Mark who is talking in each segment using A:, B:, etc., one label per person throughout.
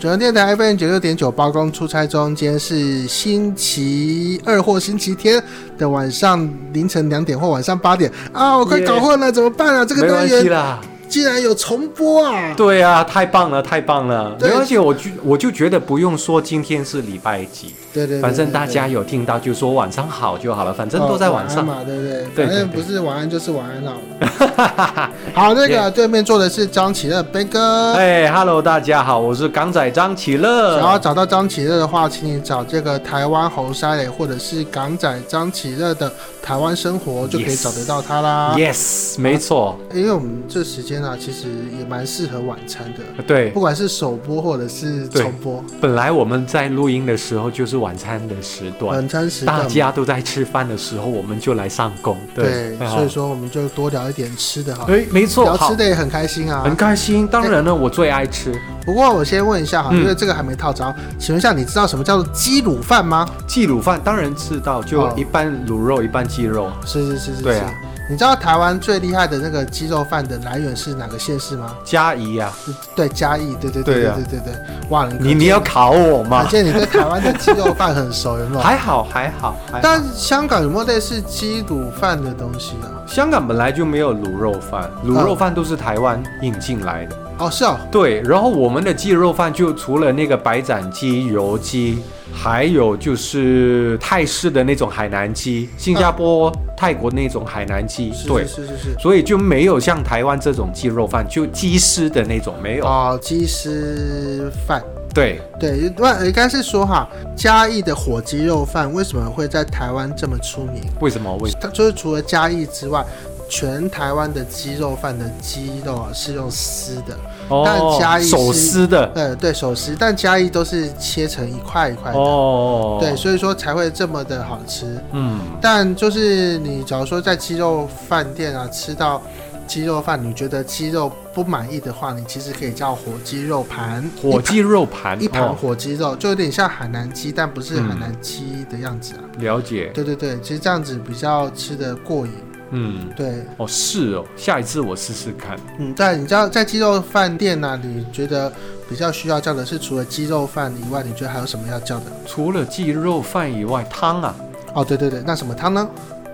A: 九阳电台 FM 九六点九，包工出差中，今天是星期二或星期天的晚上凌晨两点或晚上八点啊！我快搞混了怎么办啊？这个
B: 没
A: 单
B: 关系
A: 元
B: 啦。
A: 竟然有重播啊！
B: 对啊，太棒了，太棒了！
A: 对
B: 没关系，我就我就觉得不用说今天是礼拜几，
A: 对对对，
B: 反正
A: 对
B: 大家
A: 对
B: 有听到就说晚上好就好了，反正
A: 哦
B: 都在晚上。
A: 安嘛，对不对？
B: 对
A: 反正
B: 对
A: 不是晚安就是晚安了。 好，那个对面坐的是张启乐，奔哥。
B: 哎，Hello，大家好，我是港仔张启
A: 想要
B: 乐。
A: 找到张启乐的话，请你找这个台湾猴塞雷或者是港仔张启乐的台湾生活，就可以
B: Yes
A: 找得到他啦。
B: Yes，没错，
A: 因为我们这时间啊，其实也蛮适合晚餐的，
B: 对
A: 不，管是首播或者是
B: 对
A: 重播，
B: 本来我们在录音的时候就是晚餐的时段，
A: 晚餐时
B: 大
A: 段嘛。
B: 家都在吃饭的时候，我们就来上工。
A: 对，
B: 啊
A: 所以说我们就多聊一点吃的哈，
B: 哎，没错，
A: 聊
B: 好
A: 吃，的也很开心啊，
B: 很开心。当然了，我最爱吃
A: 不过我先问一下哈，
B: 嗯
A: 因为这个还没套招，请问一下，你知道什么叫做鸡卤饭吗？
B: 鸡卤饭，当然知道，就
A: 哦
B: 一半卤肉一半鸡肉。
A: 是是是是
B: 对
A: 是
B: 啊。
A: 你知道台湾最厉害的那个鸡肉饭的来源是哪个县市吗？
B: 嘉怡啊，
A: 是对，嘉义，对对对
B: 对
A: 对
B: 啊
A: 对对对。哇，
B: 你你要考我
A: 感
B: 吗？
A: 见你对台湾的鸡肉饭很熟，有没有？
B: 还好还好，还好
A: 但香港有没有类似鸡卤饭的东西啊？
B: 香港本来就没有卤肉饭，
A: 嗯
B: 卤肉饭都是台湾引进来的。
A: 哦，是哦，
B: 对，然后我们的鸡肉饭就除了那个白斩鸡、油鸡，还有就是泰式的那种海南鸡，新加坡、泰国那种海南鸡，
A: 是
B: 对
A: 是，是是是。
B: 所以就没有像台湾这种鸡肉饭，就鸡丝的那种没有。
A: 哦，鸡丝饭，
B: 对，
A: 对，呃那应该是说哈，嘉义的火鸡肉饭为什么会在台湾这么出名？
B: 为什么？为什
A: 它就是除了嘉义之外，全台湾的鸡肉饭的鸡肉啊是用丝的，
B: 么？
A: 但嘉义是
B: 手撕的
A: 呃，对手撕，但嘉义都是切成一块一块的，
B: 哦，
A: 对，所以说才会这么的好吃。
B: 嗯，
A: 但就是你假如说在鸡肉饭店啊吃到鸡肉饭，你觉得鸡肉不满意的话，你其实可以叫火鸡肉盘，
B: 火鸡肉盘
A: 一盘。一盘
B: 哦
A: 火鸡肉就有点像海南鸡，但不是海南鸡的样子啊。
B: 了解，
A: 对对对，其实这样子比较吃的过瘾。
B: 嗯，
A: 对，
B: 哦是哦，下一次我试试看。
A: 嗯，但你知道在鸡肉饭店呢、你觉得比较需要叫的是除了鸡肉饭以外，你觉得还有什么要叫的？
B: 除了鸡肉饭以外，汤啊，
A: 哦，对对对，那什么汤呢？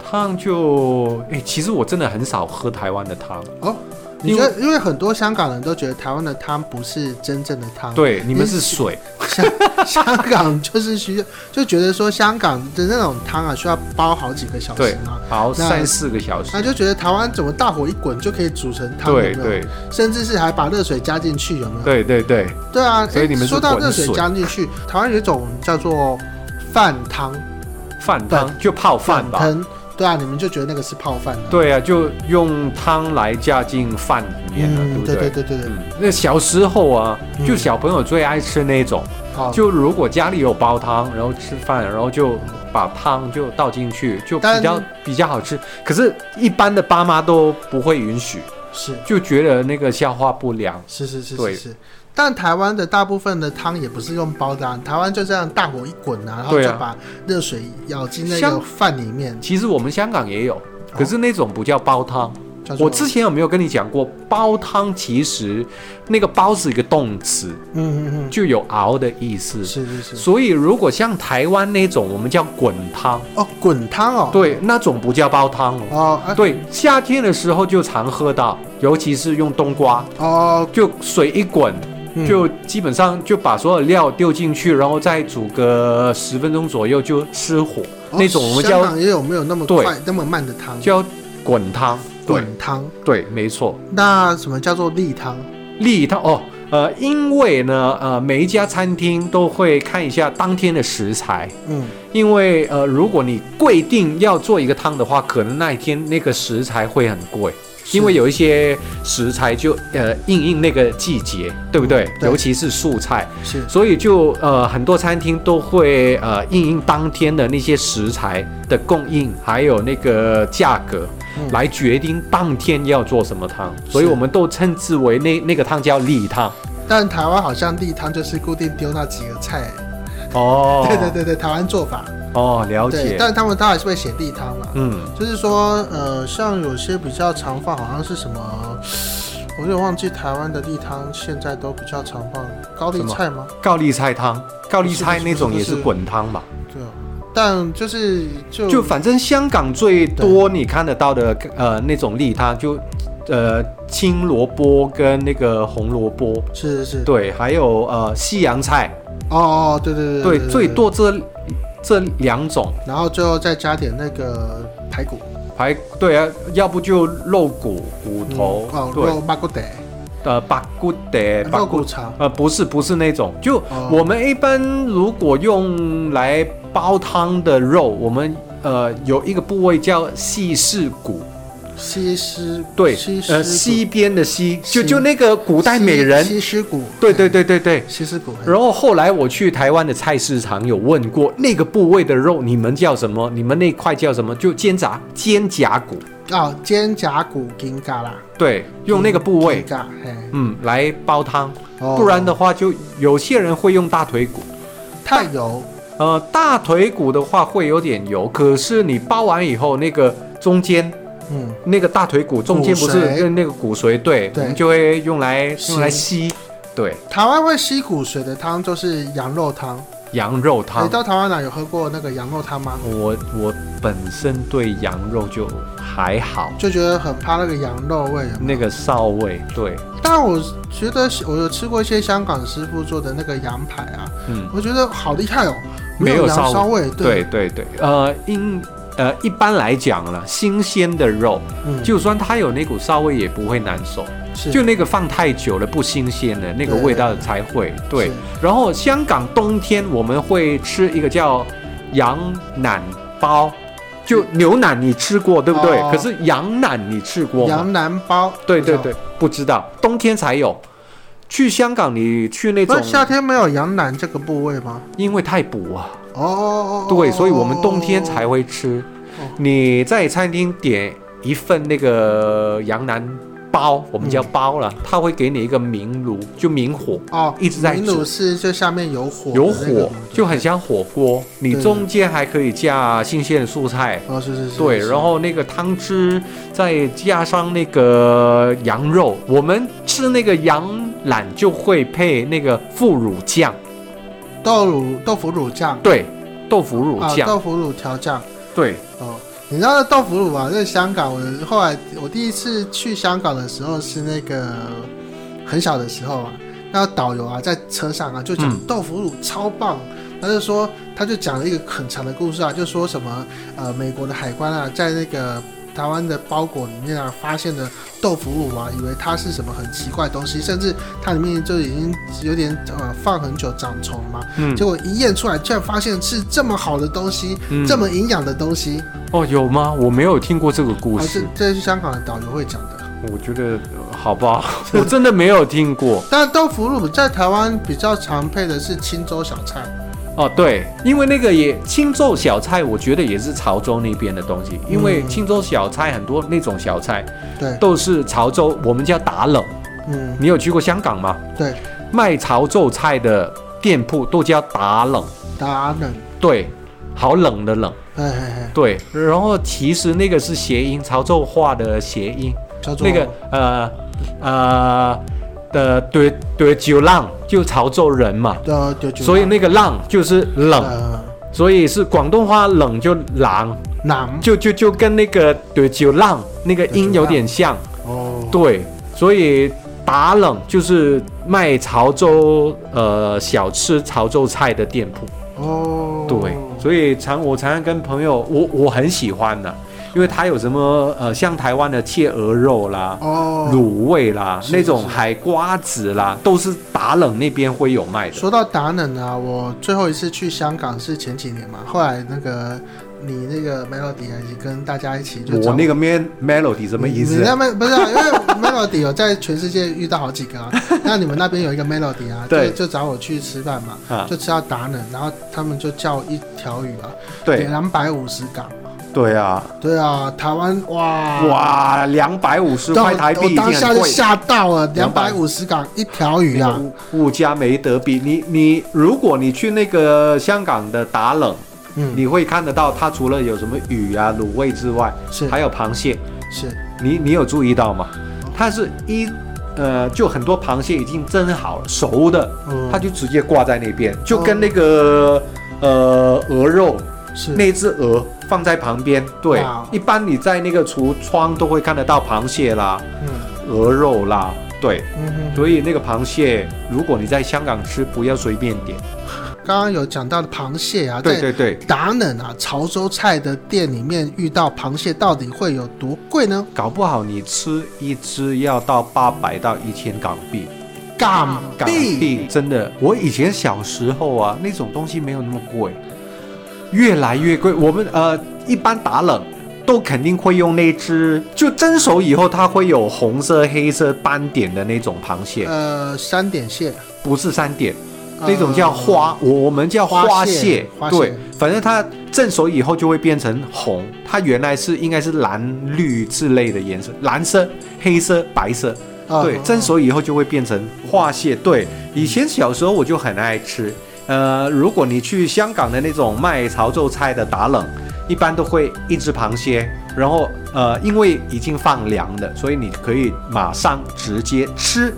B: 汤就哎、其实我真的很少喝台湾的汤。
A: 哦你
B: 因
A: 觉
B: 为
A: 得，因为很多香港人都觉得台湾的汤不是真正的汤，，
B: 对，你们是水，
A: 香港就是需要就觉得说香港的那种汤啊，需要煲好几个小时
B: 对
A: 嘛，
B: 熬
A: 那
B: 三四个小
A: 那
B: 时。
A: 就觉得台湾怎么大火一滚就可以煮成汤，
B: 对
A: 有没有
B: 对
A: 甚至是还把热水加进去，有没有？
B: 对对对，
A: 对啊，
B: 所以
A: 诶
B: 你们是
A: 说到
B: 滚
A: 热水
B: 水
A: 加进去，台湾有一种叫做饭汤。
B: 饭汤就泡饭吧。
A: 盆对啊，你们就觉得那个是泡饭的、啊。
B: 对啊，就用汤来加进饭里面了，
A: 嗯，
B: 啊对
A: 对
B: 不
A: 对
B: 对？
A: 对对对，
B: 嗯，那小时候啊，
A: 嗯
B: 就小朋友最爱吃那种，
A: 好。
B: 嗯就如果家里有煲汤，然后吃饭，然后就把汤就倒进去，就比
A: 但
B: 较比较好吃。可是，一般的爸妈都不会允许，
A: 是
B: 就觉得那个消化不良。
A: 是是是是
B: 对
A: 是。但台湾的大部分的汤也不是用煲的、啊，台湾就这样大火一滚啊，然后
B: 对
A: 就
B: 啊
A: 把热水舀进那个
B: 像
A: 饭里面。
B: 其实我们香港也
A: 哦
B: 有，可是那种不叫煲汤。
A: 叫做
B: 我之前有没有跟你讲过，煲汤其实那个煲是一个动词，
A: 嗯嗯
B: 就有熬的意思
A: 嗯，。是是是。
B: 所以如果像台湾那种，我们叫滚汤，
A: 哦，滚汤哦。。
B: 对，那种不叫煲汤哦。
A: 哦啊
B: 对，夏天的时候就常喝到，尤其是用冬瓜，
A: 哦，
B: 就水一滚，
A: 嗯
B: 就基本上就把所有料丢进去，然后再煮个十分钟左右就失火，
A: 哦
B: 那种我们
A: 香
B: 叫
A: 港也有没有那么
B: 对
A: 快那么慢的汤？
B: 叫滚汤。对
A: 滚汤。
B: 对，没错，
A: 那什么叫做例汤？
B: 例汤哦。呃，因为呢，呃，每一家餐厅都会看一下当天的食材，
A: 嗯，
B: 因为呃，如果你规定要做一个汤的话，可能那一天那个食材会很贵，因为
A: 有
B: 有一些食材就呃应应那个季节，对不对？
A: 对
B: 尤其是素菜，
A: 是
B: 所以就呃很多餐厅都会呃应应当天的那些食材的供应，还有那个价格，
A: 嗯
B: 来决定当天要做什么汤。
A: 是
B: 所以我们都称之为那那个汤叫例汤。
A: 但台湾好像例汤就是固定丢那几个菜，
B: 哦
A: 对对，对对，台湾做法，
B: 哦，了
A: 对
B: 解，。
A: 但他们当然是会写例汤啦。
B: 嗯，
A: 就是说，呃，像有些比较常放，好像是什么，我有点忘记台湾的例汤现在都比较常放高丽菜吗？
B: 高丽菜汤，高丽菜那种也是滚汤吧。
A: 对哦，但就是就
B: 就反正香港最多你看得到的呃那种例汤就呃青萝卜跟那个红萝卜，
A: 是是是，
B: 对，还有呃西洋菜，
A: 哦哦，对对
B: 对，
A: 对
B: 最。多这这两种
A: 然后最后再加点那个排骨、
B: 排对啊，要不就肉骨骨头，
A: 哦，
B: 对，
A: 肉八骨得，
B: 呃白骨的白
A: 肉
B: 骨
A: 骨茶。
B: 呃，不是不是那种，就
A: 哦
B: 我们一般如果用来煲汤的肉，我们呃有一个部位叫细氏骨，
A: 西施
B: 对
A: 西，施
B: 呃
A: 骨
B: 西边的西，就
A: 西
B: 就那个古代美人，
A: 西施骨，
B: 对对对对对。
A: 西施骨。
B: 然后后来我去台湾的菜市场有问过，那个部位的肉你们叫什么？你们那块叫什么？就肩胛肩胛骨，
A: 哦，肩胛骨筋嘎啦，
B: 对，用那个部位
A: 筋，嘎，嘿，
B: 嗯，来煲汤。
A: 哦
B: 不然的话，就有些人会用大腿骨。
A: 太油，
B: 呃，大腿骨的话会有点油，可是你包完以后，那个中间
A: 嗯，
B: 那个大腿骨中间不
A: 骨髓
B: 是那个骨髓，对，
A: 对
B: 我们就会用来
A: 吸
B: 用来吸，对，
A: 台湾会吸骨髓的汤就是羊肉汤。
B: 羊肉
A: 你
B: 汤。
A: 到台湾哪有喝过那个羊肉汤吗？
B: 我我本身对羊肉就还好，
A: 就觉得很怕那个羊肉味。
B: 那个臊味，对，
A: 但我觉得我有吃过一些香港师傅做的那个羊排啊，
B: 嗯，
A: 我觉得好厉害哦，
B: 没有
A: 有羊骚味。
B: 对，对对，呃，因呃一般来讲了，新鲜的肉，
A: 嗯，
B: 就算它有那股臊味，也不会难受。
A: 是
B: 就那个放太久了不新鲜了，那个
A: 对
B: 味道才会对
A: 是。
B: 然后香港冬天我们会吃一个叫羊腩包，就牛腩你吃过对不对？
A: 嗯哦
B: 可是羊腩你吃过吗？
A: 羊腩包。
B: 对对
A: 不知
B: 对，不知道，冬天才有。去香港你去那
A: 道，
B: 种
A: 不，是夏天没有羊腩这个部位吗？
B: 因为太补啊，
A: 哦哦哦，
B: 对，所以我们冬天才会吃
A: 哦。
B: 你在餐厅点一份那个羊腩包，我们叫包了，它会给你一个明炉，就明火。
A: 哦，
B: 一直在
A: 明
B: 煮
A: 卤是就下面有火的那
B: 有
A: 个吗，
B: 火就很像火锅，你
A: 对
B: 中间还可以加新鲜的蔬菜，
A: 哦，是是是，
B: 对，
A: 是
B: 然后那个汤汁再加上那个羊肉，我们吃那个羊腩就会配那个腐乳酱，
A: 豆乳豆腐乳酱
B: 对，豆腐乳
A: 啊，
B: 酱，
A: 豆腐乳调酱
B: 对，
A: 哦。你知道那豆腐乳啊？在香港，我后来我第一次去香港的时候是那个很小的时候啊，那导游啊在车上啊就讲
B: 嗯
A: 豆腐乳超棒，他就说他就讲了一个很长的故事啊，就说什么呃美国的海关啊在那个台湾的包裹里面啊发现了豆腐乳啊，以为它是什么很奇怪的东西，甚至它里面就已经有点呃放很久长虫嘛，
B: 嗯
A: 结果一验出来，居然发现是这么好的东西，
B: 嗯
A: 这么营养的东西。
B: 哦有吗？我没有听过这个故
A: 啊，这
B: 事，
A: 这是香港的导游会讲的。
B: 我觉得呃 好吧，我真的没有听过
A: 但豆腐乳在台湾比较常配的是青州小菜，
B: 哦，对，因为那个也青州小菜，我觉得也是潮州那边的东西，因为
A: 嗯
B: 青州小菜很多那种小菜。
A: 对，
B: 都是潮州，我们叫打冷。
A: 嗯，
B: 你有去过香港吗？
A: 对，
B: 卖潮州菜的店铺都叫打冷，
A: 打冷，
B: 对，好冷的冷，
A: 嘿嘿嘿，
B: 对。然后其实那个是谐音，潮州话的谐音，
A: 叫做
B: 那个呃呃的对对九浪就潮州人嘛，
A: 的就就
B: 所以那个浪就是冷，
A: 呃
B: 所以是广东话冷就狼，
A: 馕
B: 就就就跟那个对九浪那个音有点像。
A: 哦，
B: 对，所以打冷就是卖潮州呃小吃潮州菜的店铺。
A: 哦，
B: 对，所以常我常常跟朋友，我我很喜欢的，因为它有什么呃像台湾的切鹅肉啦。
A: 哦，
B: 卤味啦，
A: 是
B: 那种
A: 是
B: 海瓜子啦，都是打冷那边会有卖的。
A: 说到打冷啊，我最后一次去香港是前几年嘛，后来那个你那个 Melody 啊，也跟大家一起就
B: 我
A: 找
B: 那个 mel melody 什么意
A: 你
B: 思
A: 你？那边不是、啊，因为 Melody 有 在全世界遇到好几个 啊。那你们那边有一个 Melody 啊，就
B: 对
A: 就找我去吃饭嘛，
B: 啊，
A: 就吃到达冷，然后他们就叫一条鱼啊，
B: 对
A: 两百五十港。
B: 对啊，
A: 对啊，台湾哇，
B: 哇，两百五十
A: 但我
B: 块台币已
A: 我
B: 经
A: 当下
B: 很
A: 就
B: 贵。
A: 吓到了，两百
B: 200
A: 五十港一条鱼啊，
B: 物物价没得比。你你，如果你去那个香港的打冷，
A: 嗯，
B: 你会看得到，它除了有什么鱼啊、卤味之外，
A: 是
B: 还有螃蟹。
A: 是
B: 你你有注意到吗？它是一呃，就很多螃蟹已经蒸好了熟的，
A: 嗯，
B: 它就直接挂在那边，就跟那个、呃鹅肉
A: 是
B: 那只鹅放在旁边。对
A: 哇，
B: 一般你在那个橱窗都会看得到螃蟹啦、
A: 嗯
B: 鹅肉啦。对，
A: 嗯哼。
B: 所以那个螃蟹，如果你在香港吃，不要随便点。
A: 刚刚有讲到的螃蟹啊，
B: 对
A: 在
B: 对对，
A: 达冷啊潮州菜的店里面遇到螃蟹到底会有多贵呢？
B: 搞不好你吃一只要到八百到一千港币。
A: 港
B: 港
A: 币
B: 币真的，我以前小时候啊，那种东西没有那么贵，越来越贵。我们呃，一般打冷都肯定会用那只，就蒸熟以后它会有红色、黑色斑点的那种螃蟹，
A: 呃三点蟹，
B: 不是三点，
A: 呃
B: 那种叫花，我我们叫
A: 嗯花
B: 花
A: 蟹花蟹
B: 对，反正它蒸熟以后就会变成红，它原来是应该是蓝绿之类的颜色，蓝色、黑色、白色。
A: 啊
B: 对，蒸熟以后就会变成化蟹。对，以前小时候我就很爱吃。呃，如果你去香港的那种卖潮州菜的打冷，一般都会一只螃蟹，然后呃，因为已经放凉的，所以你可以马上直接吃。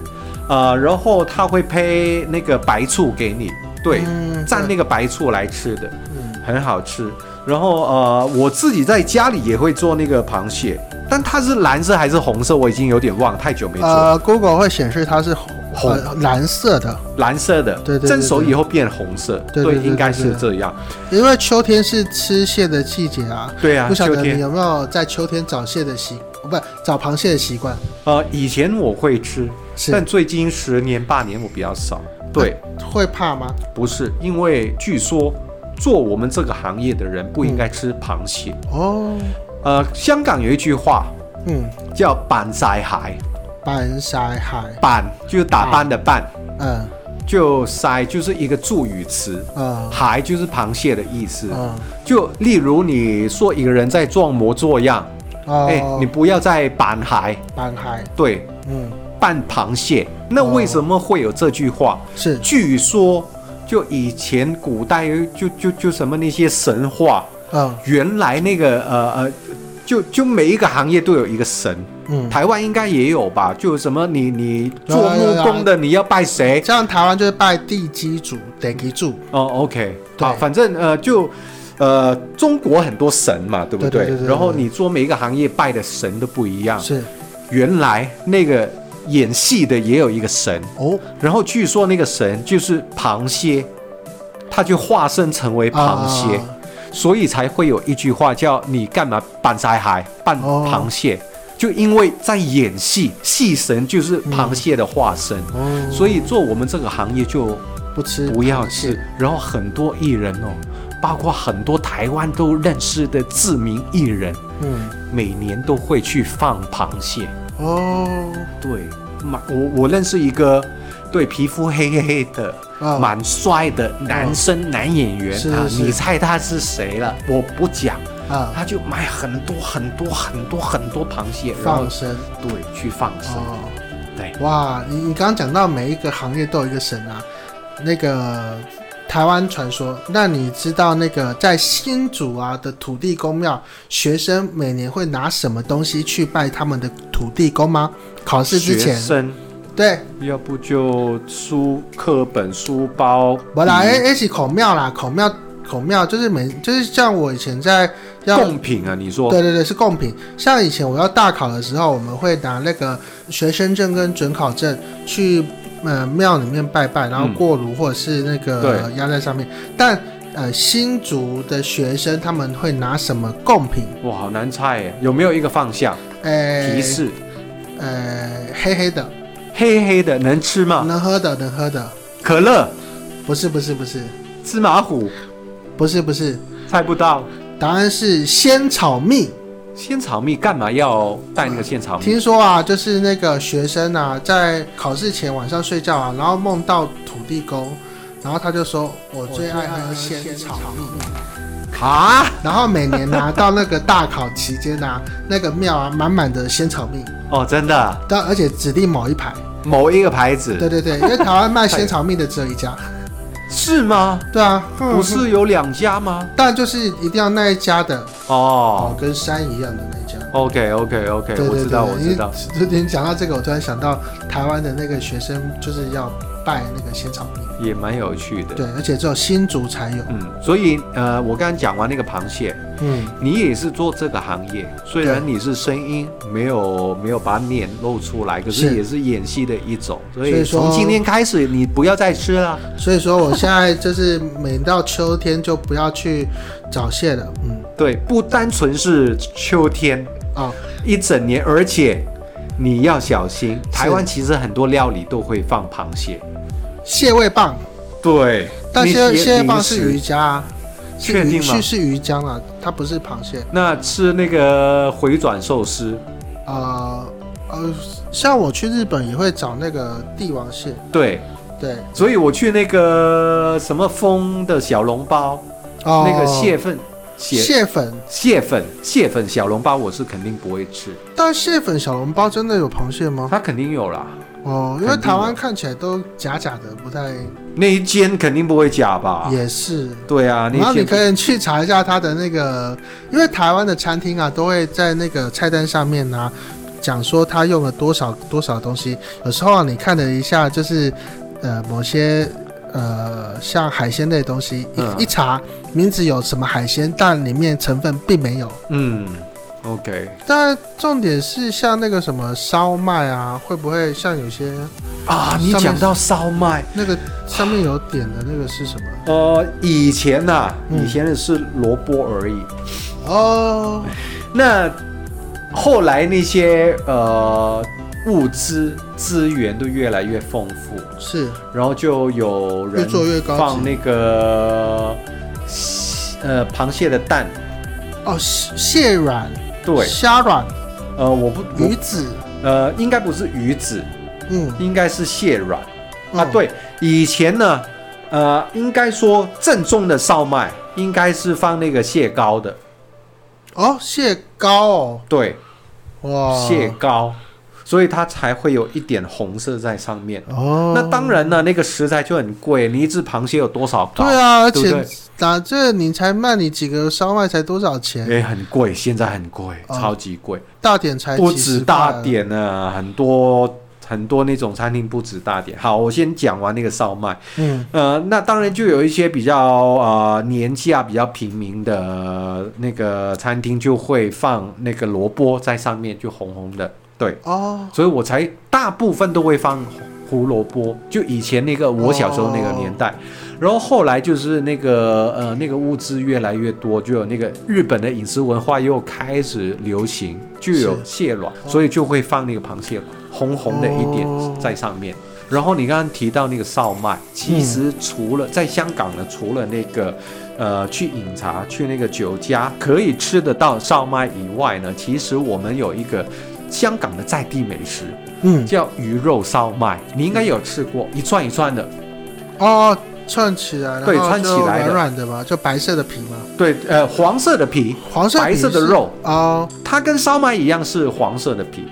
B: 呃，然后它会配那个白醋给你，对，
A: 嗯
B: 蘸那
A: 对
B: 个白醋来吃的，
A: 嗯
B: 很好吃。然后呃，我自己在家里也会做那个螃蟹，但它是蓝色还是红色，我已经有点忘了，太久没做了。
A: 呃，Google 会显示它是红
B: 红
A: 呃蓝色的，
B: 蓝色的，
A: 对对对
B: 蒸熟以后变红色，
A: 对对对对
B: 应该是这样。
A: 因为秋天是吃蟹的季节啊。
B: 对啊，
A: 不晓
B: 秋
A: 得你
B: 天，
A: 有没有在秋天找蟹的习，不找螃蟹的习惯？
B: 呃，以前我会吃，但
A: 是
B: 最近十年八年我比较少。对，
A: 会怕吗？
B: 不是因为据说做我们这个行业的人不应该吃螃蟹。
A: 哦，
B: 呃，香港有一句话
A: 嗯，
B: 叫“板晒蟹
A: 板晒海”，，
B: 板就是打扮的扮，
A: 嗯
B: 就晒就是一个助语词，
A: 嗯
B: 蟹就是螃蟹的意思。
A: 嗯，
B: 就例如你说一个人在装模作样，哎、
A: 哦，
B: 你不要再板蟹，
A: 板海，
B: 对，
A: 嗯，
B: 扮螃蟹。那为什么会有这句话？
A: 是
B: 据说，就以前古代就就就什么那些神话，
A: 嗯
B: 原来那个呃呃，就就每一个行业都有一个神，
A: 嗯，
B: 台湾应该也有吧？就什么你你
A: 有
B: 做
A: 啊有啊
B: 木工的，你要拜谁？
A: 像台湾就是拜地基主、地基主，
B: 哦，OK，
A: 对
B: 好，反正呃就。呃，中国很多神嘛，对不
A: 对对对对对
B: 然后你做每一个行业拜的神都不一样。
A: 是
B: 原来那个演戏的也有一个神，
A: 哦，
B: 然后据说那个神就是螃蟹，他就化身成为螃蟹，
A: 啊
B: 所以才会有一句话叫“你干嘛扮晒海扮
A: 哦
B: 螃蟹”，就因为在演戏，戏神就是螃蟹的化身。
A: 嗯哦，
B: 所以做我们这个行业就
A: 不吃
B: 不要
A: 螃
B: 吃
A: 蟹，，
B: 然后很多艺人哦，包括很多台湾都认识的知名艺人，
A: 嗯，
B: 每年都会去放螃蟹。
A: 哦，
B: 对，蛮我我认识一个对皮肤黑黑的、
A: 啊
B: 蛮帅的男生、男演员
A: 是
B: 啊，
A: 是是
B: 你猜他是谁了？我不讲，
A: 啊，
B: 他就买很多很多很多很多螃蟹，然后
A: 放生
B: 对去放生。
A: 哦，
B: 对，
A: 哇，你你刚刚讲到每一个行业都有一个神啊，那个台湾传说，那你知道那个在新竹啊的土地公庙，学生每年会拿什么东西去拜他们的土地公吗？考试之
B: 学
A: 前，
B: 生嗯
A: 对，
B: 要不就书课本、书包，
A: 不啦，
B: 笔
A: 哎哎，是孔庙啦，孔庙孔庙就是每就是像我以前在要
B: 贡品啊，你说
A: 对对对是贡品，像以前我要大考的时候，我们会拿那个学生证跟准考证去呃庙里面拜拜，然后
B: 嗯
A: 过炉或者是那个
B: 对
A: 压在上面。但呃新竹的学生他们会拿什么贡品？
B: 哇，好难猜耶，有没有一个方向
A: 呃
B: 提示？
A: 呃黑黑的，
B: 黑黑的能吃吗？
A: 能喝的能喝的，
B: 可乐、
A: 不是不是不是
B: 芝麻糊，
A: 不是不是，
B: 猜不到。
A: 答案是仙草蜜。
B: 仙草蜜干嘛要带那个仙草蜜？
A: 听说啊，就是那个学生啊，在考试前晚上睡觉啊，然后梦到土地公，然后他就说：“我最爱喝仙草蜜。
B: 啊？”
A: 然后每年拿到那个大考期间啊，那个庙啊，满满的仙草蜜，
B: 哦，真的，
A: 但而且指定某一排。
B: 某一个牌子
A: 对对对，因为台湾卖仙草蜜的只有一家。
B: 是吗？
A: 对 啊，
B: 不，是有两家吗？
A: 但就是一定要那一家的
B: 哦
A: 哦，，跟山一样的那一家。
B: OK OK OK，
A: 对
B: 我
A: 对
B: 知道我
A: 对，
B: 知
A: 因
B: 道。
A: 为 你讲到这个，我突然想到台湾的那个学生就是要拜那个仙草冰，
B: 也蛮有趣的。
A: 对，而且只有新竹才有。
B: 嗯，所以呃，我刚刚讲完那个螃蟹，
A: 嗯，
B: 你也是做这个行业，虽然你是声音没有没有把脸露出来，可是
A: 是
B: 也是演戏的一种。所
A: 所
B: 以
A: 以说
B: 从今天开始，你不要再吃了。
A: 所以说我现在就是每到秋天就不要去找蟹了。嗯，
B: 对，不单纯是秋天
A: 哦，
B: 一整年，而且你要小心，台湾其实很多料理都会放螃蟹。
A: 蟹味棒，
B: 对，
A: 但
B: 那
A: 蟹
B: 些
A: 蟹味棒
B: 零
A: 是
B: 食
A: 鱼浆啊，是
B: 确
A: 鱼
B: 定吗
A: 是是鱼浆啊，它不是螃蟹。
B: 那吃那个回转寿司，
A: 呃呃，像我去日本也会找那个帝王蟹，
B: 对，
A: 对，
B: 所以我去那个什么风的小笼包，
A: 哦，
B: 那个蟹粉，蟹
A: 蟹粉，
B: 蟹粉蟹粉小笼包，我是肯定不会吃，
A: 但蟹粉小笼包真的有螃蟹吗？
B: 它肯定有啦，
A: 哦，因为
B: 肯定
A: 台
B: 有
A: 湾看起来都假假的，不太
B: 那一间肯定不会假吧？
A: 也是。
B: 对啊，
A: 然
B: 那
A: 后
B: 一
A: 你
B: 间
A: 可以去查一下它的那个，因为台湾的餐厅啊，都会在那个菜单上面呢、啊讲说它用了多少多少东西。有时候啊，你看了一下，就是呃某些呃像海鲜类的东西，一、
B: 嗯
A: 一查名字有什么海鲜，但里面成分并没有。
B: 嗯，OK
A: 但重点是像那个什么烧麦啊，会不会像有些
B: 啊，你
A: 上面
B: 讲到烧麦，
A: 那个上面有点的那个是什么？
B: 呃，以前呐、
A: 嗯
B: 以前是萝卜而已，
A: 哦，
B: 那后来那些呃物资资源都越来越丰富，
A: 是
B: 然后就有人
A: 越做越高级
B: 放那个呃螃蟹的蛋，
A: 哦，蟹蟹软、
B: 对，
A: 虾软、
B: 呃，我不，
A: 鱼
B: 我
A: 子，
B: 呃，应该不是鱼子，
A: 嗯
B: 应该是蟹软啊。
A: 嗯
B: 对，以前呢，呃，应该说正宗的烧麦应该是放那个蟹膏的，
A: 哦，蟹膏哦，
B: 对，
A: 哇，
B: 蟹膏，所以它才会有一点红色在上面。
A: 哦，
B: 那当然呢，那个食材就很贵，你一只螃蟹有多少膏？
A: 对啊，而
B: 对不
A: 且打这你才卖你几个烧麦才多少钱？
B: 也很贵，现在很贵，
A: 哦哎
B: 超级贵，
A: 大点才
B: 不
A: 几
B: 止
A: 十
B: 大
A: 块啊，
B: 点呢，很多很多那种餐厅不止大点。好，我先讲完那个烧麦。
A: 嗯，
B: 呃，那当然就有一些比较呃年价比较平民的呃那个餐厅就会放那个萝卜在上面，就红红的，对，
A: 哦，
B: 所以我才大部分都会放胡萝卜，就以前那个我小时候那个年代，然后后来就是那个呃那个物资越来越多，就有那个日本的饮食文化又开始流行，就有蟹卵，所以就会放那个螃蟹红红的一点
A: 哦
B: 在上面。然后你刚刚提到那个烧麦，
A: 嗯
B: 其实除了、在香港呢，除了那个呃去饮茶、去那个酒家可以吃得到烧麦以外呢，其实我们有一个香港的在地美食
A: 嗯，
B: 叫鱼肉烧麦，你应该有吃过，一串一串的，
A: 哦，串起来，然
B: 对
A: 后
B: 串起
A: 就
B: 来的
A: 软软的嘛，就白色的皮嘛，
B: 对，呃，黄色的皮，
A: 黄色
B: 白
A: 皮
B: 色的
A: 是
B: 肉，
A: 哦，
B: 它跟烧麦一样是黄色的皮，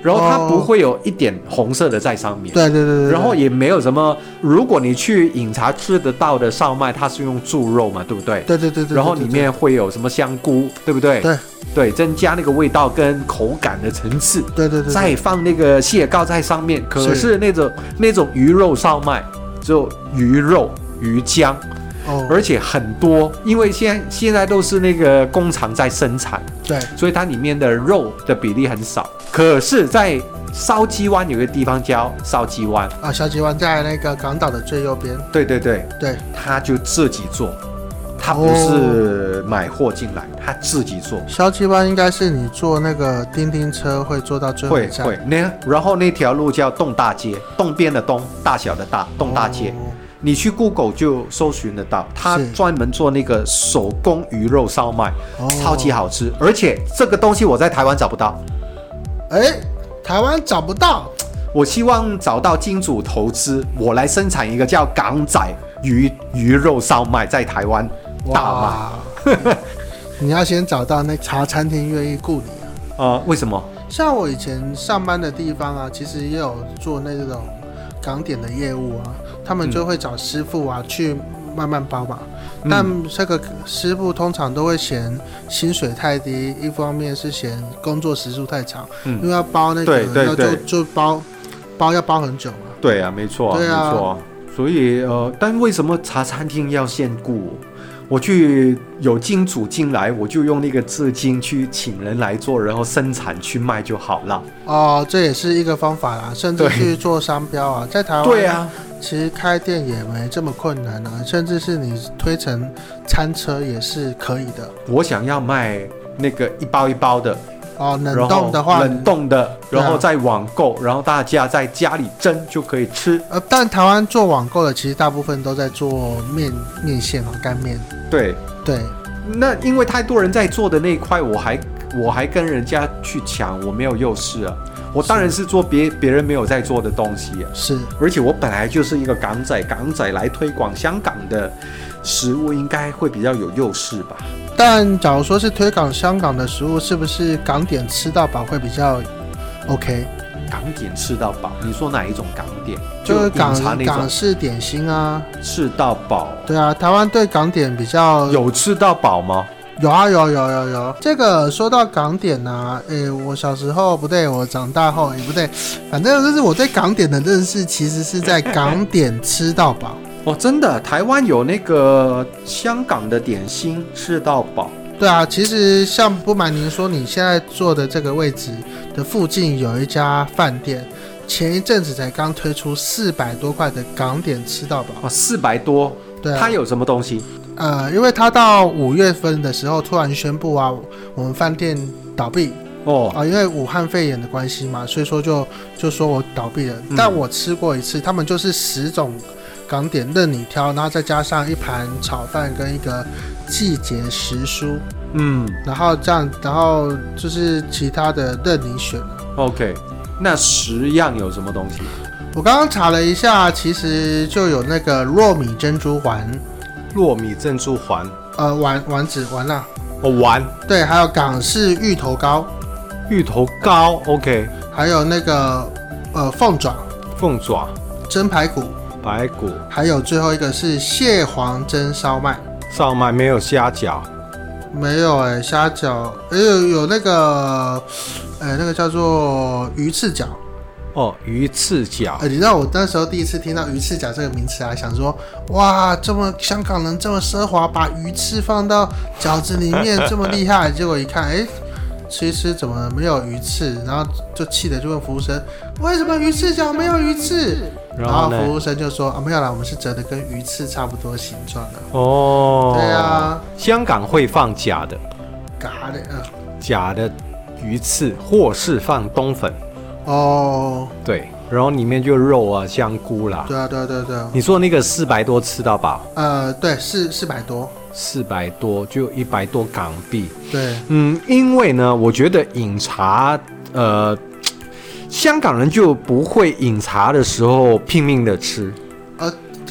B: 然后它
A: 哦
B: 不会有一点红色的在上面。
A: 对对对对对，
B: 然后也没有什么，如果你去饮茶吃得到的烧麦，它是用猪肉嘛，对不对？
A: 对对对对，
B: 然后
A: 对
B: 里面会有什么香菇，对不对？
A: 对
B: 对，增加那个味道跟口感的层次，
A: 对对对对
B: 再放那个蟹膏在上面。可
A: 是
B: 是那种那种鱼肉烧麦，只有鱼肉、鱼浆，
A: 哦，
B: 而且很多，因为现在现在都是那个工厂在生产，
A: 对，
B: 所以它里面的肉的比例很少。可是，在烧鸡湾有个地方叫烧鸡湾，
A: 啊，小鸡湾在那个港岛的最右边，
B: 对对对，
A: 对，
B: 他就自己做，他不是
A: 哦
B: 买货进来，他自己做。
A: 小鸡湾应该是你坐那个叮叮车会坐到最后
B: 会
A: 一站，
B: 会，那然后那条路叫洞大街，洞边的洞，大小的大，洞大街。
A: 哦
B: 你去 Google 就搜寻得到，他
A: 是
B: 专门做那个手工鱼肉烧麦，
A: 哦
B: 超级好吃。而且这个东西我在台湾找不到，
A: 哎，台湾找不到，
B: 我希望找到金主投资，我来生产一个叫港仔鱼鱼肉烧麦，在台湾大卖。
A: 哇！ 你要先找到那茶餐厅愿意雇你啊。
B: 呃，为什么？
A: 像我以前上班的地方啊，其实也有做那种港点的业务啊，他们就会找师傅啊去慢慢包吧。
C: 嗯
A: 但这个师傅通常都会嫌薪水太低，一方面是嫌工作时数太长，
C: 嗯
A: 因为要包那个
C: 对对
A: 要
C: 对
A: 就就包包要包很久嘛。
C: 对啊，没错，
A: 对啊
C: 没错。所以呃，但为什么茶餐厅要限固？我去有金主进来，我就用那个资金去请人来做，然后生产去卖就好了。
A: 哦，这也是一个方法啦，甚至
C: 对
A: 去做商标啊，在台湾
C: 对啊，
A: 其实开店也没这么困难啊，甚至是你推成餐车也是可以的
C: 我想要卖那个一包一包的，
A: 哦。冷
C: 然后
A: 冻的话，
C: 冷冻的，
A: 对啊
C: 然后再网购，然后大家在家里蒸就可以吃。
A: 呃，但台湾做网购的其实大部分都在做面面线啊，干面。
C: 对，
A: 对，
C: 那因为太多人在做的那一块，我还我还跟人家去抢，我没有优势啊。我当然是做别别人没有在做的东西啊。
A: 是
C: 而且我本来就是一个港仔，港仔来推广香港的食物，应该会比较有优势吧？
A: 但假如说是推广香港的食物，是不是港点吃到饱会比较 OK？
C: 港点吃到饱，你说哪一种港点？
A: 就是
C: 饮茶
A: 港
C: 那
A: 港
C: 种
A: 式点心啊，
C: 吃到饱，
A: 对啊，台湾对港点比
B: 呃
A: 较
C: 有吃到饱吗？
A: 有啊有有有有。这个说到港点啊，诶，我小时候不对，我长大后也不对，反正就是我对港点的认识其实是在港点吃到饱。
C: 哦，真的，台湾有那个香港的点心吃到饱，
A: 对啊，其实像不瞒您说，你现在坐的这个位置的附近有一家饭店，前一阵子才刚推出四百多块的港点吃到饱。
C: 哦，四百多，
A: 对啊
C: 它，有什么东西？
A: 呃，因为他到五月份的时候突然宣布啊，我们饭店倒闭
C: 哦，
A: 啊、因为武汉肺炎的关系嘛，所以说就就说我倒闭了。
C: 嗯
A: 但我吃过一次，他们就是十种港点任你挑，然后再加上一盘炒饭跟一个季节时蔬。
C: 嗯
A: 然后这样，然后就是其他的任你选。
C: ，OK，那十样有什么东西？
A: 我刚刚查了一下，其实就有那个糯米珍珠丸，
B: 糯米珍珠环，
A: 呃，丸丸子丸啦、
B: 哦，丸
A: 对，还有港式芋头糕，
B: 芋头糕，OK，
A: 还有那个呃凤爪、
B: 凤爪、
A: 蒸排骨，
B: 排骨、
A: 还有最后一个是蟹黄蒸烧麦。
B: 烧麦，没有虾饺，
A: 没有哎、虾饺，哎有有那个，呃，那个叫做鱼翅饺。
B: 哦，鱼翅饺，
A: 呃，你知道我那时候第一次听到鱼翅饺这个名词啊，想说哇，这么香港人这么奢华，把鱼翅放到饺子里 面这么厉害，结果一看，哎，吃一吃怎么没有鱼翅？然后就气得就问服务生，为什么鱼翅饺没有鱼翅？然
B: 然
A: 后
B: 后呢
A: 服务生就说啊，没有啦，我们是折的跟鱼翅差不多形状的。
B: 哦，
A: 对啊，
B: 香港会放假的，
A: 嘎的，呃
B: 假的鱼翅，或是放冬粉，
A: 哦，
B: 对，然后里面就肉啊、香菇啦。
A: 对啊，对啊，对啊，对啊，
B: 你说那个四百多吃到饱，
A: 呃，对，四四百多，
B: 四百多就一百多港币。
A: 对，
B: 嗯，因为呢，我觉得饮茶，呃，香港人就不会饮茶的时候拼命的吃，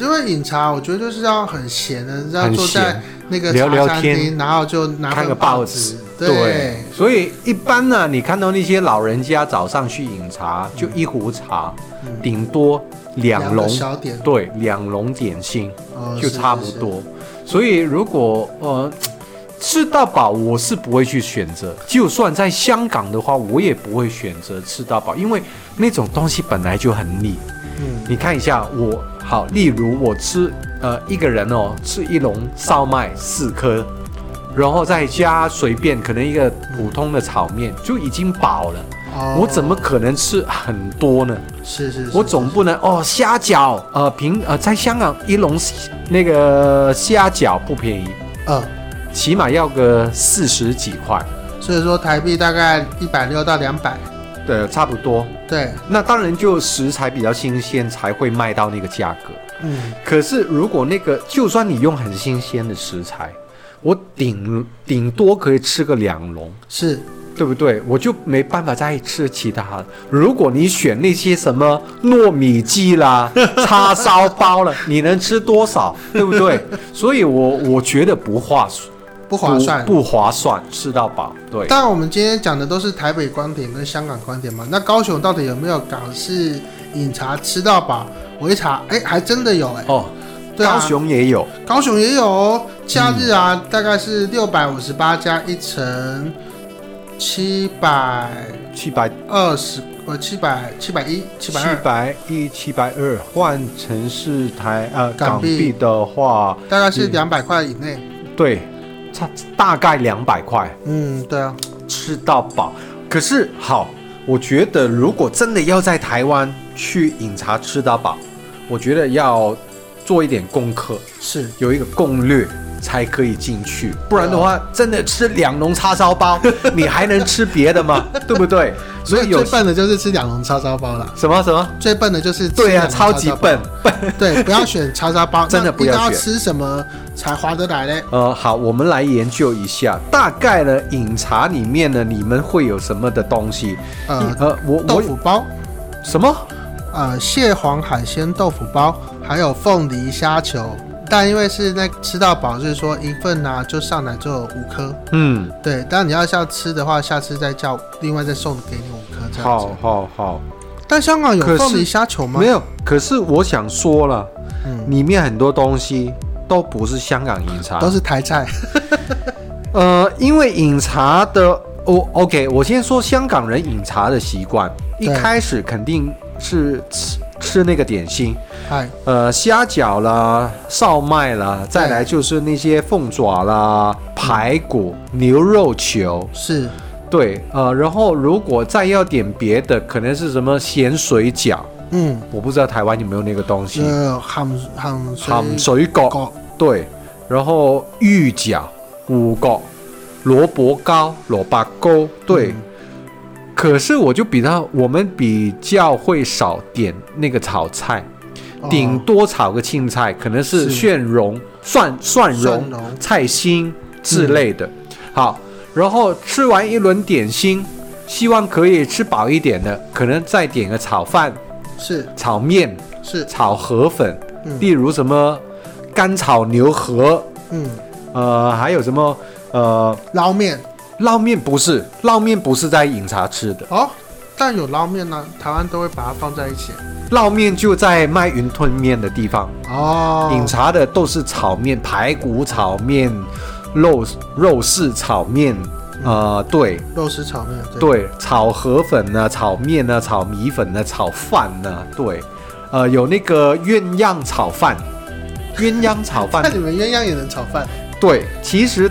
A: 因为饮茶，我觉得就是要很闲的，要
B: 很
A: 坐在
B: 闲
A: 那个
B: 聊
A: 茶
B: 聊
A: 餐
B: 天
A: 厅，然后就拿
B: 看
A: 份
B: 个
A: 报
B: 报
A: 纸
B: 纸，
A: 对，
B: 所以一般呢，你看到那些老人家早上去饮茶，就一壶茶，
A: 嗯
B: 顶多两
A: 个
B: 笼，
A: 小点，
B: 对，两笼点心
A: 哦
B: 就差不。多。所以如果呃吃到饱，我是不会去选择。就算在香港的话，我也不会选择吃到饱，因为那种东西本来就很
A: 是
B: 腻。
A: 是是嗯，
B: 你看一下我，好，例如我吃呃一个人哦，吃一笼烧麦四颗，然后再加随便可能一个普通的炒面就已经饱了，
A: 哦
B: 我怎么可能吃很多呢？
A: 是是是，
B: 我总不能哦虾饺，呃平呃在香港一笼那个虾饺不便宜，
A: 呃，
B: 起码要个四十几块，
A: 所以说台币大概一百六到两百，
B: 对，差不多。
A: 对，
B: 那当然就食材比较新鲜才会卖到那个价格。
A: 嗯，
B: 可是如果那个，就算你用很新鲜的食材，我顶顶多可以吃个两笼，
A: 是
B: 对不对？我就没办法再吃其他的。如果你选那些什么糯米鸡 啦、叉烧包了，你能吃多少？对不对？所以我我觉得不划算，
A: 不划算。
B: 不不划算，吃到饱。对，
A: 但我们今天讲的都是台北观点跟香港观点嘛，那高雄到底有没有港式饮茶吃到饱？我一查，哎，还真的有哎。
B: 哦，
A: 对啊
B: 高雄也有，
A: 高雄也有哦，假日啊，
B: 嗯
A: 大概是六百五十八加一乘七百
B: 七百
A: 二十呃七百七百一七
B: 七
A: 百二，
B: 百一七百二，换成是台呃
A: 港
B: 港
A: 币
B: 币的话，
A: 大概是两百块以内。
B: 对，差大概两百块。
A: 嗯，对啊，
B: 吃到饱。可是好，我觉得如果真的要在台湾去饮茶吃到饱，我觉得要做一点功课，
A: 是
B: 有一个攻略才可以进去，不然的话，真的吃两笼叉 烧包，你还能吃别的吗？对不对？所以有
A: 最笨的就是吃两笼叉烧包啦，
B: 什么什么？
A: 最笨的就是吃
B: 对呀、
A: 两笼
B: 超级
A: 叉烧包
B: 笨，笨。
A: 对，不要选叉烧包，
B: 真的
A: 那
B: 不要
A: 一定要
B: 选
A: 吃什么才划得来嘞？
B: 呃，好，我们来研究一下，大概呢，饮茶里面呢，你们会有什么的东西？
A: 呃，
B: 呃，我
A: 豆
B: 我
A: 腐包，
B: 什么？
A: 呃，蟹黄海鲜豆腐包，还有凤梨虾球。但因为是那个吃到饱，就是说一份呢、就上来就有五颗，
B: 嗯，
A: 对。但你要下吃的话，下次再叫另外再送给你五颗这样子
B: 好。好好，
A: 但香港有
B: 可是
A: 凤梨虾球吗？
B: 没有，可是我想说了，
A: 嗯，
B: 里面很多东西都不是香港饮茶
A: 都，是台菜。
B: 呃，因为饮茶的，我 OK，我先说香港人饮茶的习惯，一
A: 对
B: 开始肯定是吃吃那个点心，
A: 嗨，
B: 呃，虾饺啦、烧麦啦，再来就是那些凤爪啦、排骨、牛肉球，
A: 是
B: 对，呃，然后如果再要点别的，可能是什么咸水饺，
A: 嗯，
B: 我不知道台湾有没有那个东西，
A: 呃，含含水
B: 含水果。
A: 果
B: 对，然后芋饺、五个萝卜糕、萝卜糕，对。
A: 嗯
B: 可是我就比较，我们比较会少点那个炒菜，
A: 哦
B: 顶多炒个青菜，可能
A: 是
B: 是蒜蓉、蒜蒜蓉
A: 蒜、蓉嗯
B: 菜心之类的。好，然后吃完一轮点心，希望可以吃饱一点的，可能再点个炒饭、
A: 是
B: 炒面、
A: 是
B: 炒河粉，
A: 嗯
B: 例如什么干炒牛河，
A: 嗯，
B: 呃，还有什么呃，
A: 捞面
B: 捞面不是，捞面不是在饮茶吃的，
A: 哦，但有捞面呢，台湾都会把它放在一起
B: 捞面就在卖云吞面的地方，
A: 哦。
B: 饮茶的都是炒面，排骨炒面、肉肉丝炒面，
A: 嗯
B: 呃，对
A: 肉丝炒面，对，
B: 对，炒河粉呢、炒面呢、炒米粉呢、炒饭呢、对，呃，有那个鸳鸯炒饭，鸳鸯炒饭
A: 那你们鸳鸯也能炒饭？
B: 对，其实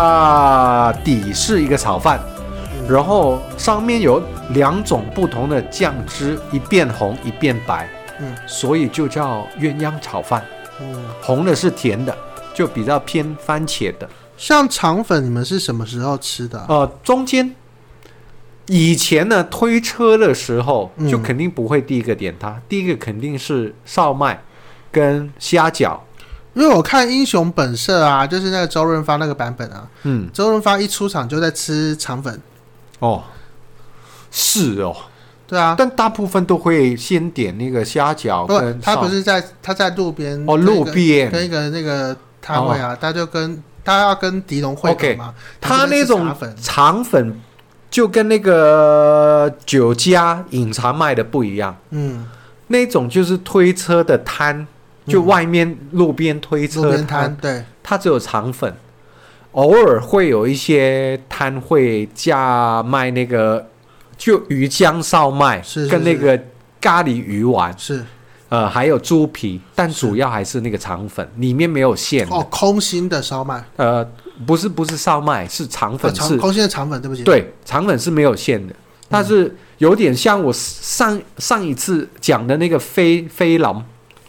B: 它底是一个炒饭，
A: 嗯
B: 然后上面有两种不同的酱汁，一变红一变白，
A: 嗯
B: 所以就叫鸳鸯炒饭。
A: 嗯，
B: 红的是甜的，就比较偏番茄的。
A: 像肠粉，你们是什么时候吃的啊？
B: 呃，中间以前呢推车的时候，
A: 嗯
B: 就肯定不会第一个点它，第一个肯定是烧麦跟虾饺。
A: 因为我看《英雄本色》啊，就是那个周润发那个版本啊，
B: 嗯，
A: 周润发一出场就在吃肠粉，
B: 哦，是哦。
A: 对啊，
B: 但大部分都会先点那个虾饺
A: 不，
B: 跟
A: 他不
B: 烧
A: 是在他在路边
B: 哦
A: 跟一
B: 路
A: 个
B: 边哦
A: 跟一个那个摊位啊，他就跟他要跟狄龙会合
B: OK，
A: 嘛，
B: 他那
A: 就
B: 种
A: 在吃茶粉
B: 肠粉就跟那个酒家饮茶卖的不一样，
A: 嗯，
B: 那种就是推车的摊，就外面路边推
A: 路
B: 车
A: 边摊，对，
B: 它只有肠粉，偶尔会有一些摊会加卖那个就鱼浆烧麦
A: 是是
B: 跟那
A: 是
B: 个咖喱鱼丸，
A: 是
B: 呃，还有猪皮，但主要还是那个肠粉，里面没有馅的
A: 哦，空心的烧麦，
B: 呃，不是不是烧麦，是肠
A: 呃
B: 粉，
A: 肠
B: 是
A: 空心的肠粉，对不起，，
B: 对肠粉是没有馅的，它是有点像我上上一次讲的那个飞飞狼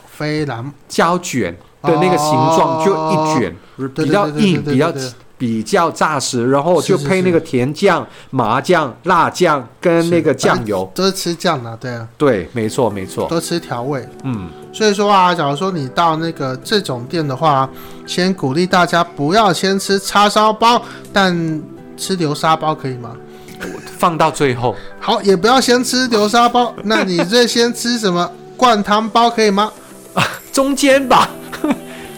A: 飞狼，
B: 胶卷的那个形状，就一卷，
A: 哦对
B: 比较
A: 对对对
B: 硬，
A: 对
B: 比较
A: 对对
B: 比较扎实，然后
A: 是
B: 就是配那
A: 是
B: 个甜酱、麻酱、辣酱跟那个酱油。
A: 都是吃酱的，对啊，
B: 对，没错没错，
A: 都吃调味。
B: 嗯，
A: 所以说啊，假如说你到那个这种店的话，先鼓励大家不要先吃叉烧包，但吃流沙包可以吗？
B: 放到最后，
A: 好，也不要先吃流沙 包，那你最先吃什么灌汤包可以吗？
B: 中间吧，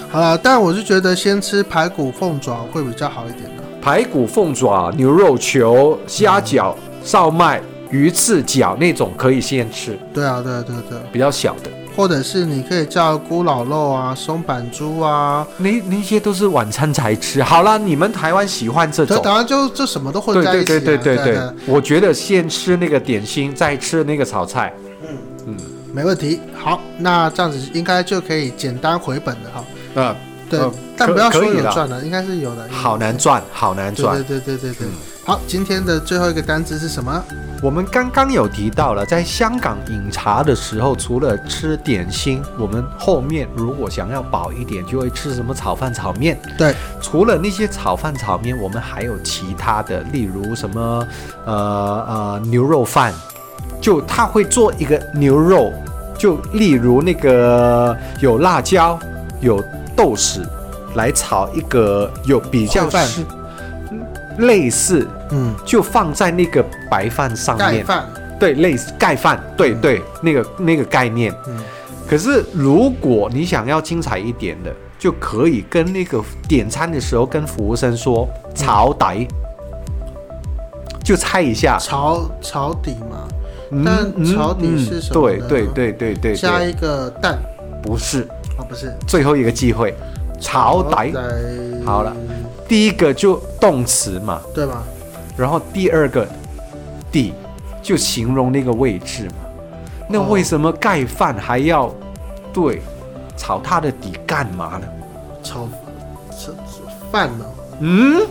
A: 好了，但我是觉得先吃排骨凤爪会比较好一点啊的。
B: 排骨、凤爪、牛肉球、虾饺、烧麦、鱼翅饺那种可以先吃，
A: 对啊，对啊对啊对啊
B: 比较小的。
A: 或者是你可以叫咕老肉啊、松板猪啊，
B: 那那些都是晚餐才吃。好啦，你们台湾喜欢这
A: 所以
B: 种。
A: 台湾就就什么都混
B: 对
A: 在
B: 对
A: 一起、啊。
B: 对对对
A: 对
B: 对，我觉得先吃那个点心，再吃那个炒菜。
A: 没问题。好，那这样子应该就可以简单回本了哈。
B: 嗯，
A: 对，
B: 呃
A: 但
B: 可
A: 不要说
B: 可以
A: 有
B: 啦
A: 赚的，应该是有的。
B: 好难赚，好难
A: 对
B: 赚。嗯
A: 对对对对对。好，今天的最后一个单词是什么？
B: 我们刚刚有提到了，在香港饮茶的时候，除了吃点心，我们后面如果想要饱一点，就会吃什么炒饭、炒面。
A: 对，
B: 除了那些炒饭、炒面，我们还有其他的，例如什么呃呃牛肉饭，就他会做一个牛肉，就例如那个有辣椒、有豆豉来炒一个有比较
A: 烩饭
B: 是嗯类似，
A: 嗯，
B: 就放在那个白饭上
A: 盖
B: 面。
A: 饭。
B: 对，类似盖饭，对
A: 嗯
B: 对，那个那个概念。
A: 嗯，
B: 可是如果你想要精彩一点的，就可以跟那个点餐的时候跟服务生说“炒
A: 嗯
B: 底”，就猜一下。
A: 炒炒底嘛，
B: 嗯
A: 但
B: 嗯
A: 炒底
B: 嗯
A: 是什么
B: 对
A: 呢
B: 对对对对
A: 加
B: 对，
A: 一个蛋
B: 不是
A: 啊，不是
B: 最后一个机会，炒底。
A: 底
B: 好了，第一个就动词嘛，
A: 对吧？
B: 然后第二个底就形容那个位置嘛。那
A: 哦
B: 为什么盖饭还要对炒它的底干嘛呢？
A: 炒炒炒饭呢？
B: 嗯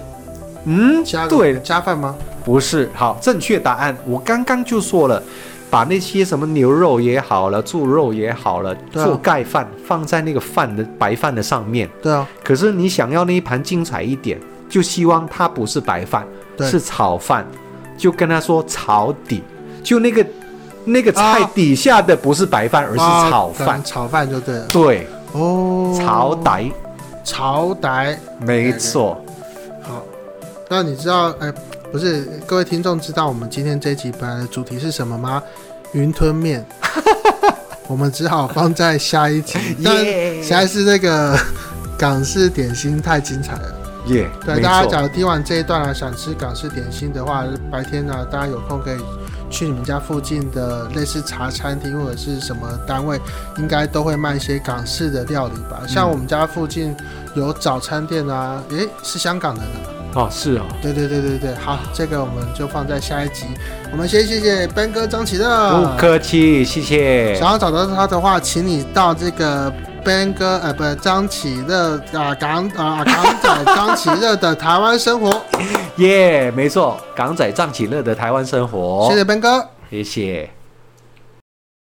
B: 嗯
A: 加，个
B: 对，
A: 加饭吗？
B: 不是好，正确答案我刚刚就说了。把那些什么牛肉也好了，猪肉也好了，
A: 对啊
B: 做盖饭放在那个饭的白饭的上面。
A: 对啊，
B: 可是你想要那一盘精彩一点，就希望它不是白饭，
A: 对
B: 是炒饭，就跟他说炒底，就那个那个菜
A: 啊
B: 底下的不是白饭，而
A: 啊
B: 是炒
A: 可
B: 饭
A: 能，炒饭就对了。
B: 对，
A: 哦，
B: 炒底，
A: 炒底，
B: 没错，
A: 好，那你知道，哎、不是各位听众知道我们今天这一集本来的主题是什么吗？云吞面， 我们只好放在下一 集。但
B: 耶
A: 实在是那个 港式点心太精彩了。
B: 耶，
A: 对，
B: 没
A: 大家假
B: 错，
A: 如听完这一段啊，想吃港式点心的话，白天呢、大家有空可以去你们家附近的类似茶餐厅或者是什么单位，应该都会卖一些港式的料理吧。像
B: 嗯
A: 我们家附近有早餐店啊，诶，是香港人啊。
B: 哦，是哦，
A: 对对对对对，好，这个我们就放在下一集。我们先谢谢 Ben 哥张启乐
B: 不。客气，谢谢，
A: 想要找到他的话，请你到这个 Ben 哥呃不张启乐啊港啊港仔张启乐的台湾生活。
B: 耶，没错，港仔张起乐的台湾生活
A: 谢，谢 Ben 哥。
B: 谢谢。